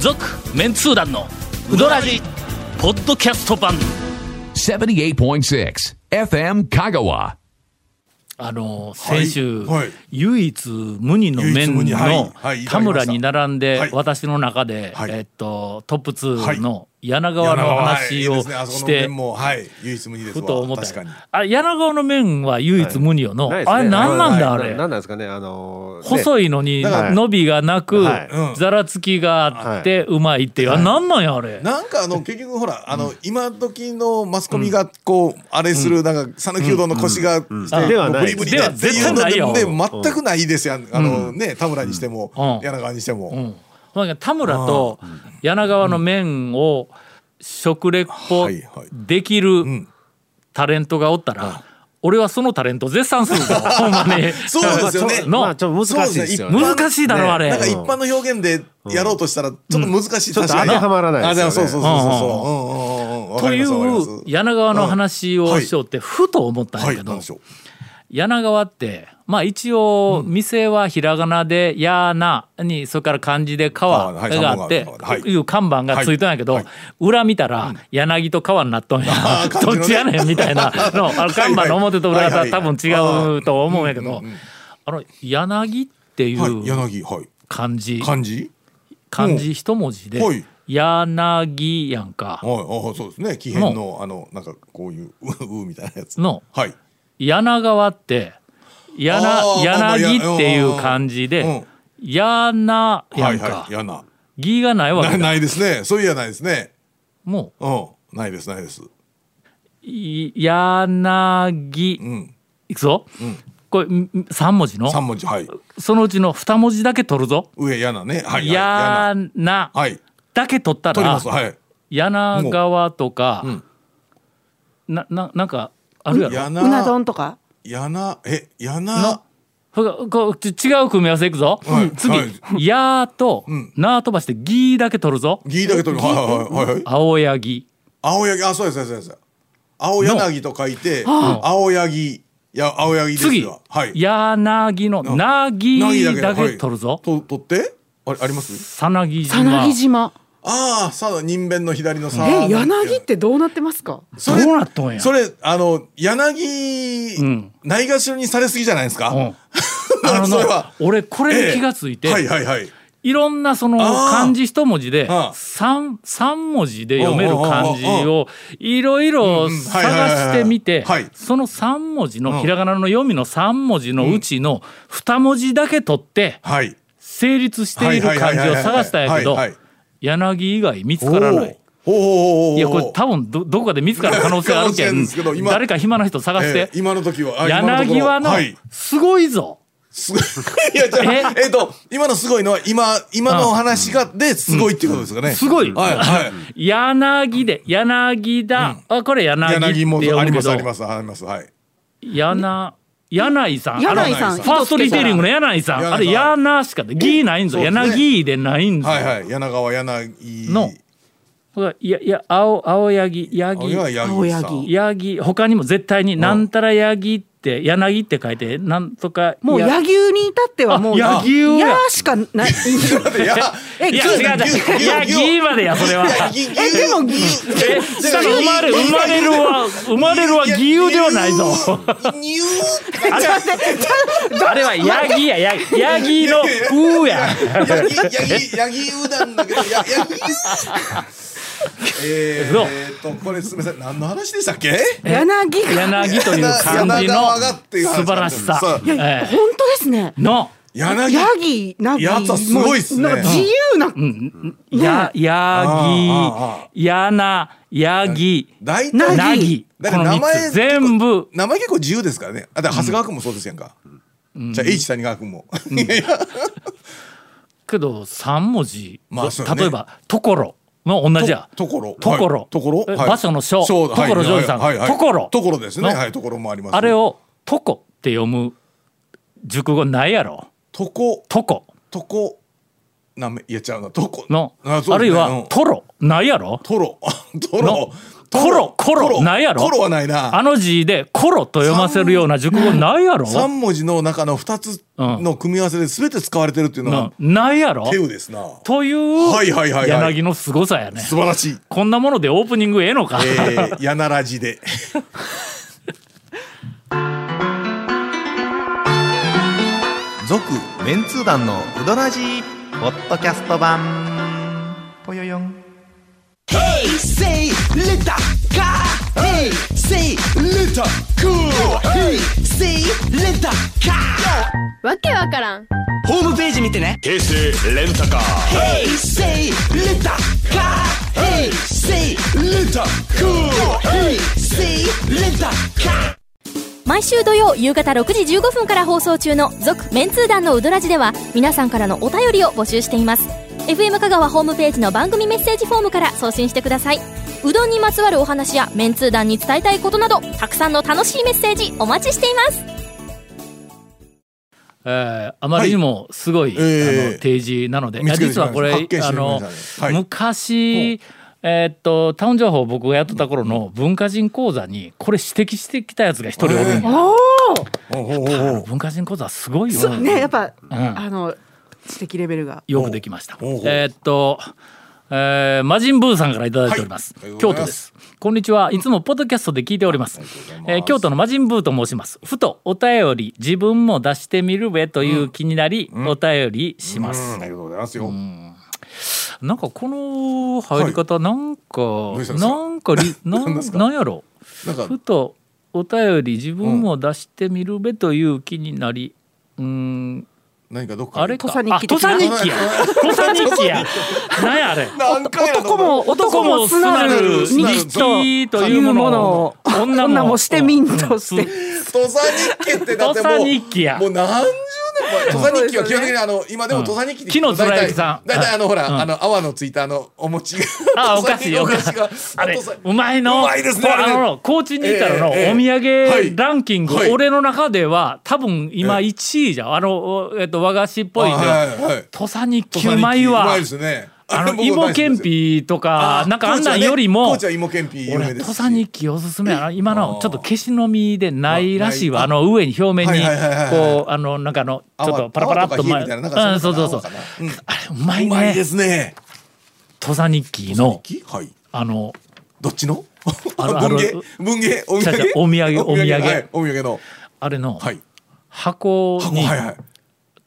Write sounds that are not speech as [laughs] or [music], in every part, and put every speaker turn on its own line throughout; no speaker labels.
続メンツー団のウドラジポッドキャスト版
78.6 FM Kagawa.
あの
い
先週、
はい
唯一無二の
唯一
麺
無二はい
の
はいいただきました
田村に並んで、
はい
私の中で、
はい
えっとトップ
はい
2の柳川の話を
いいですねあそ
し
この
て
面もはい唯一無二です
ふ
わ
と思った
確かに
あ柳川の麺は唯一無二よの、
ないですね
あれ何なんだあれ、
ななんなんですかねあのい
細いのに
から
伸びがなく、
はい
うん
ざらつきがあってうまいっていう、あなんなんやあれ。
なんかあの結局ほらあの今時のマスコミがこうあれするなんか讃岐うどんの腰がして
あではない
ブリブリでっていうの
では
で
絶対な
全くないですやんあのね田村にしても
うん
柳川にしても
うん、田村と柳川の麺を食レポ
はいはい
できるタレントがおったら俺はそのタレント絶賛するぞ
[laughs]
ほんまに
そうですよね
の
まあちょっと難しいですよ
そう
ね
ですね
難しいだろあれ
なんか一般の表現でやろうとしたらちょっと難しい
ちょっと
確かに
当てはまらない
あ
ですよね
そうそうそ
と
うそうそううんうんうんうんわか
い
りますわかりま
う
す
柳川の話をしようってふと思ったん
は
や
い
け
な
ど、
んでしょう
柳川ってまあ一応店はひらがなで「やな」にそれから漢字で「川」
川はい
があって
川はい
いう看板がついたんやけど
はいは
裏見たら「柳」と「川」になっとんや
あー漢字の
ど
ね
っちやねんみたいなのあの看板の表と裏が多分違うと思うんやけどあの「柳」ってい
はいう柳はい
漢字
漢字
漢字一文字で
はい
「柳」やんか
はい、あそうですね。奇変の、あの、なんか、こういう、 [laughs] うううみたいなやつ。
の
はい。
柳川ってや
あ
な
ー
柳っていう漢字でやなや
は
ん
いはい、
か
やな。
ぎがないわ
な
けだ
ないですね。そういやないですね。
も
うん、ないです、ないです。
うやなぎ
うん、
いくぞこれん3文字の
三文字、はい。
そのうちの2文字だけ取るぞ
上やなね。はい。
やな
な。はい。
だけ取った
取り
ら
ます。はい。
柳川とか
もう
なななんかあるやろ
や
うな
な。
丼とか
やな、え、やな。
ほらこうち違う組み合わせいくぞ
はい
次
は
やと
ん
な飛ばしてぎだけ取るぞ
ぎだけ取る。はいはいはいはい。
青柳
青柳、あ、そうです、そうですそうです。青柳と書いて、青柳。や、青柳です
次
わ、はい。
柳のなぎだけ取るぞ。
と、取って。あれ、あります。
さなぎ
さな
島
ぎ。島
ああ、さあ、人弁の左のさ。
え柳ってどうなってますか
それ
どうなっとんや
それあの柳、
ん
ないがしろにされすぎじゃないですか、
うんあの
[laughs] それ
な
は
俺これに気がついて、
はいはいはい
いろんなその
あー
漢字一文字で
あー
三三文字で読める漢字をいろいろ
うんうんはいは
探
いはいはい
してみて
はい
その三文字のひらがなの読みの三文字のうちの二文字だけ取って
はい
成立している漢字を探したんやけど
はいはいはいはいはい
柳以外見つからない。
おーおーおーおー
いやこれ多分どどこかで見つかる可能性ある
[laughs]
け
可能性あるん
ん
ですけど今
誰か暇な人探し
え
て
ー、今の時はあ今のとこ
柳
ろ
はの
はい
すごいぞ
すごいいやじゃあ
え
えっ、と今のすごいのは今今のお話がですごいっていうことですかね、
すごい
はいはい
柳で柳だ、あこれ柳って
柳
呼
も
ぶけど
ありますありますありますはい
柳柳井さん
柳井
あ
さん
のファーストリテイリングの柳井さん
柳井さん
あれ柳しかでギーないんぞ、
そうですね
柳でないんぞ、
はいはい柳川柳
のほらいやいや青青柳ヤギ
柳は柳さん
青柳
ヤギ他にも絶対になんたらヤギって柳って書いてなんとか
もう
や
野球に至ってはもう
あ野球や
やしか
[laughs]
ない
いや
え
いや
ぎ
違う違ういやギーまでやそれ
[laughs]
は。
ぎぎ
えでもぎ
え、下の生まれ、生まれるは、生まれるは義勇ではないぞ。
ニュー
あれ [laughs] あれはヤギや、ヤギ、ヤギのうーや。
[laughs] ヤギヤギヤギうだんだけどヤヤギえーっとこれすみません何の話でしたっけ？
柳が
柳という漢字
柳
の
川がっていう話
素晴らしさ
そう。
いや
え
本当ですね
えの、
柳
ヤギなん
や
か
つはすごいっすね
もうなんか自由な
や、
あ
ヤギ、やな、ヤギ、
大
な
体
なぎ。
だ
こ
から
の
名
三
前
つ全部、
名前結構自由ですからね。あだから長谷川君もそうですやんか。じゃあ H 谷川君も。いやいや
けど三文字。
まあそうね
例えば、ところの同じや。
ところ
ところ
はいところ
え
はい
場所の所
所
ところジョージさん
はいはいは
と
い
ころ
ところですね。
の
はいところもあります。
あれを、とこって読む熟語ないやろ。
とこと
こ。
とこなめいやちゃうなとこ
の、
あ
あ
そう
る
ですね
い
うん
はトロないやろ
[laughs] トロ、トロ、
コロコ
コ
ロ
ロ
ないやろ
コロはないな
あの字でコロと読ませるような熟語ないやろ
三文字の中の二つの組み合わせで全て使われてるっていうの
な
は
ないやろ
稀有ですな
という
はいはいはいはい
柳の凄さやね
素晴らしい
こんなものでオープニングええのか、
えー、 [laughs] やならじで
続メンツー団のウドラジーポッドキャスト版ぽよよん
Say little car. Hey, say little cool. Hey, say little car.
わけわからん
ホームページ見てね。平成レンタカー。Hey, say little car. Hey, say little cool. Hey, say little car.
毎週土曜夕方6時15分から放送中の「続・メンツー団のウドラジ」では皆さんからのお便りを募集しています FM 香川ホームページの番組メッセージフォームから送信してくださいうどんにまつわるお話やメンツー団に伝えたいことなどたくさんの楽しいメッセージお待ちしています
[laughs] えーあまりにもすごい、
はいえ
あの
ー
提示なのでい
見
や
つけてし
実
ま
は
いました
これ
発見してしま
あ
いま
の、
したねはい
昔えーっとタウン情報僕がやっとった頃の文化人講座にこれ指摘してきたやつが一人おるんや、
お
ほ
お。
うほうほう
文化人講座はすごい
そ
よ
うね、やっぱ、
ん
あの、知的レベルが。
よくできました。
おうおう
えーっと、えー、魔人ブーさんからいただいております、
はいありがと
京
うござ
都
いま
ですすこんにちはいつもポッドキャストで聞いております,、えー京都の魔人ブーと申しますふとお便り自分も出してみるべという気になり、お便りします、
うんありがとうございますよ
なんかこの入り方なんか、
うしたんですか
なんかりな
[laughs] なん
ん
ですか
なんやろ
なんか
ふとお便り自分も出してみるべという気になりうん
何かどっか
あれか
土佐日記
あ土佐日記や土
[laughs]
佐日記やなんやあれ
なんかやな
男も男もすなる
日
日記と
記というものを女
女もしてみんとして
土佐日記ってだって
土
もう
佐日記や
もう何十年前土佐日記は基本的にあの今でも土佐日記って
うん木野貫之さん
大体大体あのほら、
ん
あの泡のついたあのお餅が
あお
土
菓
佐日
子
記
お
[laughs] お
菓
菓
子
子が
あれ
土佐
うまいの
うまいですねあ
あ
れ
の高知に行ったらの、
ええええ
お土
は
産
い
ランキング、
はい
俺の中では多分今1位じゃんあの、えっと、和菓子っぽいんで、
あはいはい
土佐日
土
記
佐日記
うまいうわ
まいですね
あの
僕も
芋
大好き
け
で
ん
す
ぴとかなんかあんなんより
コ
も
ーチは芋けんぴ有名
俺
で
土
すし
佐日記おすすめやな今の
あー
ちょっと消しのみでないらしいわあ
あな
の上に表面に
はいはいはいはい
こうあのなんかあのちょっと
泡
パラパラっと
泡とか冷えみたいななんか
うん
そ
そうう
いう
そ
の
うそう
かな泡か
あれうまいう
まいで
ね
すね
土佐日記の
日記はい
あの
どっちの
あのあの
文芸文芸お土
違う違う
産
お土産お土産
はいお土産の
あれの
はい
箱
箱
に
はいはい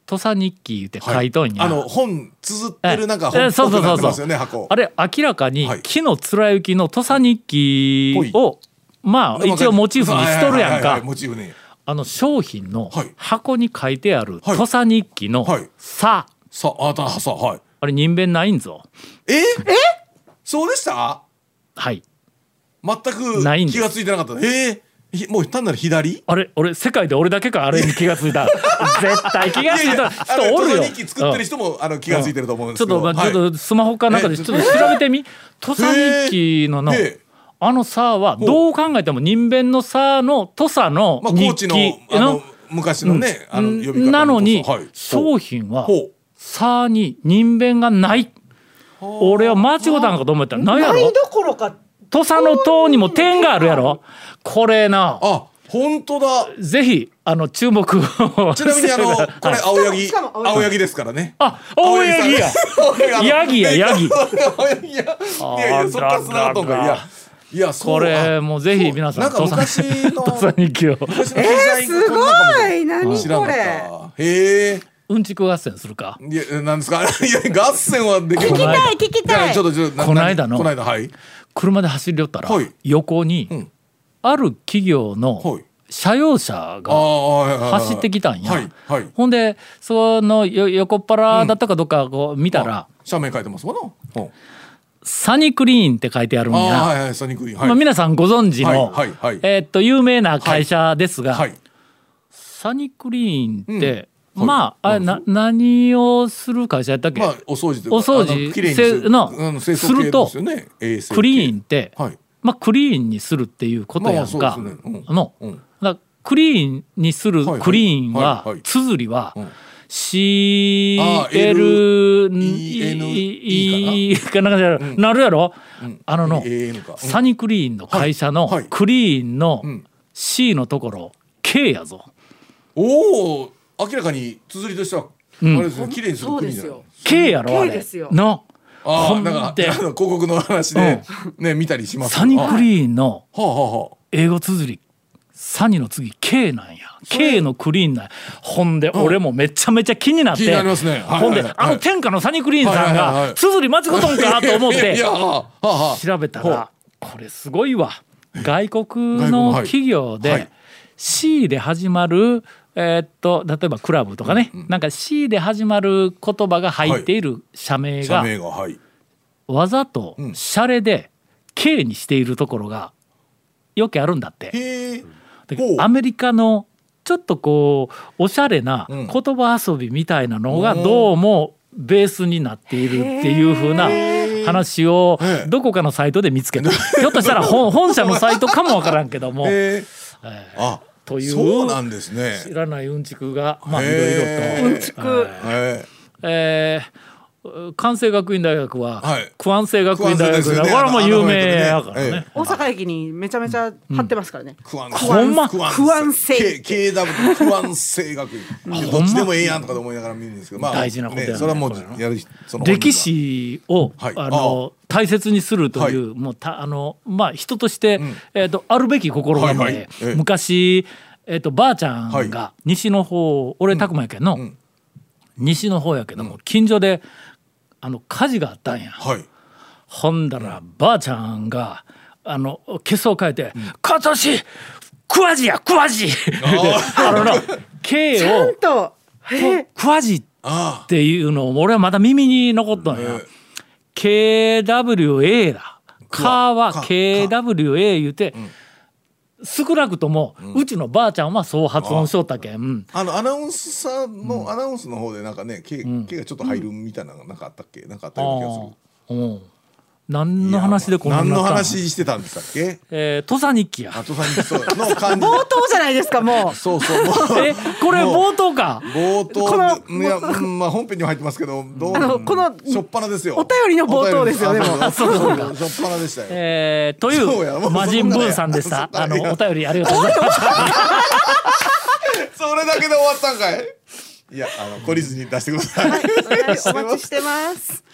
土佐日記って
はい
書いとんや
あの本綴ってるなんか
え
本
えそうそう
奥に
そうそう
なってますよね箱
あれ明らかに
はい
木の貫之の土佐日記をまあ一応モチーフにしとるや
は
ん
いはいはいはい
か
モチーフに
あの商品の
はい
箱に書いてある
はい
土佐日記の
はい
「さ」
さああたさはい
あれ人弁ないんぞ
えそうでした
はい
全く
ないんです
気がついてなかったえーひもう単なる左
あれ俺世界で俺だけかあれに気がついた [laughs] 絶対気がついた
あ
人
の
おるよ
土佐日記作ってる人もあの気がついてると思うんで
ちょっ
すけど
と、まあ
はい
ちょっとスマホかなんかで
え
ちょっと調べてみ土佐日記のの
へえ
あの「さ」はどう考えても人弁の「さ」の土佐の
まあ高
日記
知のあの昔のねあの呼び方
なのに
はい
商品は
ほう
「さ」に人弁がない俺は間違ったんかと思ったら何やろ
どころか。
土佐の塔にも点があるやろこれな
あ本当だ
ぜひあの注目を
ちなみにあ
[laughs]
の
はい
これ青柳
しかも青柳
青柳ですからね
あ青柳や
や
ヤギやヤギ
青柳やいやい
あららら
やそっから繋がったんかいやいやそ
こ
う
れもうぜひ皆さん
なんか昔
[laughs]
の
土佐日記を
昔の時
え
代
ー、す
こん
ご
なかも
い。何
知ら
こ
なかっ
れ。
たへえ
うんちく合戦するか
いやなんですかいや合戦はできる
聞きたい
聞き
じゃあちょっとちょっとな
この間の
この間はい
車で走り寄ったら
はい
横に
ん
ある企業
は
の
い
車用車
あ
が
あはいはいはい
走ってきたんや
はいはい
ほんでそのよ横っ腹だったかどっかこう見たら
斜面書いてますわなうん
「サニクリーン」って書いてあるん
ああ
や
はいはいサニークリーン
まあ
はい
皆さんご存知の
はいはいはい
えーっと有名な会社ですが
はい
サニクリーンって、
うんはい
まああれな何をする会社やったっけ、
まあお掃除というか
お掃除
あの綺麗にする
せの
うん清掃系ですよね衛生系
クリーンって、
はい
まあ、クリーンにするっていうことやん
まあ
か、
そうですねうん
の
うん
だからクリーンにする
はいはい
クリーンは、
はいはい
綴りは、
うんあ
CL
E
かなんかじゃ
ん
なるやろあのの
AN かうん
サニークリーンの会社の
はいはい
クリーンの
うん
C のところ K やぞ
おお明らかに綴りとしてはあれですね綺麗にする
そう
国じゃ
です
ない
よ
K やろあ
K
れ
ですよ
の
あ
ほ
あ
んで
なんかあの広告の話でね見たりします
サニーク
ーン
リーンの
はあはあはあ
英語綴りサニーの次 K なんや K のクリーンなんやほんで俺もめちゃめちゃ気になって
気になりますねはい
ほんで
はい
あの天下のサニークリーンさん
はいはいはいは
が
い
綴り間違っとんかと思っ
[laughs] い
て
やはあはあはあ
調べたらこれすごいわ外国
外国
の
はい
企業
は
で
い
C で始まるえーっと例えばクラブとかねなんか C で始まる言葉が入っている社名
社
が
名がはい
わざと
ん
シャレで K にしているところがよくあるんだって。
へえ
だから
ほう
アメリカのちょっとこうおしゃれな
う
言
ん
葉遊びみたいなのがどうもベースになっているっていう風な話を
ええ
どこかのサイトで見つけ
[laughs]
たひょっとしたら本本社のサイトかもわからんけども
へえ
え
あ
という
そうなんです
知
ね
らないうんちくがまあいろ
へ
い
え
ろ
う
と。
んちく
え
えー関西学院大学は、
はい
関西学院大学
関西です
だ
よ
こ
ね
れはもう有名やから
あ
ね
のあの
大阪駅にめちゃめちゃ貼ってますからね。
クワン
ほんま
クワン
クワンセ
K- KW クワン生学院いやどっちでもええやんとかと思いながら見るんですけどまあ
大事なことやね
ねそれはも
これは
うやる人その本人は
歴史を、
はい
あの大切にするという、もうたあのまあ人として、えっ、とあるべき心構え、
はいはいええ
昔えっ、とばあちゃ
は
ん
い
が西の方、俺たくまやけんの、
ん
西の方やけども、近所であの火事があったんや。 [laughs]
はい
ほんだらばあちゃんがあのケソを変えて「今年クワジやクワジ!」であ
[laughs]
のな K
ちゃ
を
んと、へえ
クワジっ
あ
ていうのを俺はまだ耳に残っとんや。KWA だ。かは
か
KWA 言うて、少なくとも、うちのばあちゃんはそう発音しとったけん。うん
ああのアナウンサーのアナウンスの方でなんかね K, K がちょっと入るみたいなのがなんかあったっけなんかあったような気がする
あーうん何の話でこんなにな
何
った
の
の
話してたんでしたっけ
えー、土佐日記や。
あとさんにそうの感じ
冒頭じゃないですか、 [laughs] もう。
そうそうもう
え、これ
もう
冒頭か。
冒
こ
頭
の
でいや、うんまあ本編にも入ってますけど、どう
あのこの
しょっぱなですよ。
お便りの冒頭ですよね
お便り
もう
あそうそうそうしょっぱなでしたよ。
えー、と
そう
い
や
う
もう
魔人ブーさんでした。
そんな
あ
んや
のお便りありがとうございます。
それだけで終わったんかい。いや、あの懲りずに出してください。
お待ちして [laughs] ます。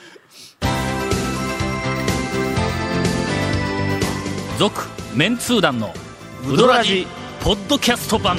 続メンツー団のウドラジポッドキャスト版。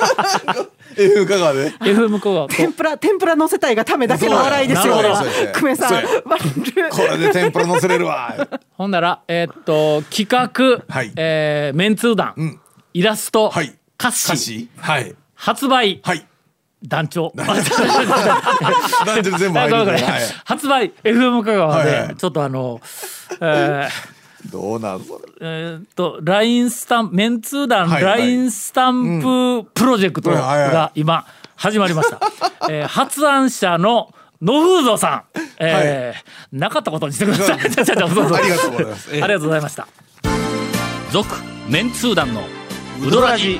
[laughs] ええ香川で
FM 香川
天ぷら、天ぷら乗せたいがためだけの笑いですよ、
そう
これ
や
は
そうやそうや。
久米さん
そう
[laughs]
や、
バレる。
これで天ぷら乗せれるわ
ほんなら、えーっと、企画、
はい
えーメンツー団、
ん
イラスト、
はい
歌詞、
カッシーはい
発売、
はい
団長。
男女全
[laughs]
部
あ
入
ごめ
る
んごめん
はい
発売、FM 香川で、
はいはい
ちょっとあの、えー
どうなんそれ
えーっと、ラインスタンプ、メンツー団、
はい
ラインスタンププロジェクト
はいはい
が今、始まりま
[laughs]
した。えー発案者の野風蔵さん、えーなかったことにしてください。 [laughs] ちょちょちょそうそう
ありがとうございます
ありがとうございました。続メンツー団のウドラジ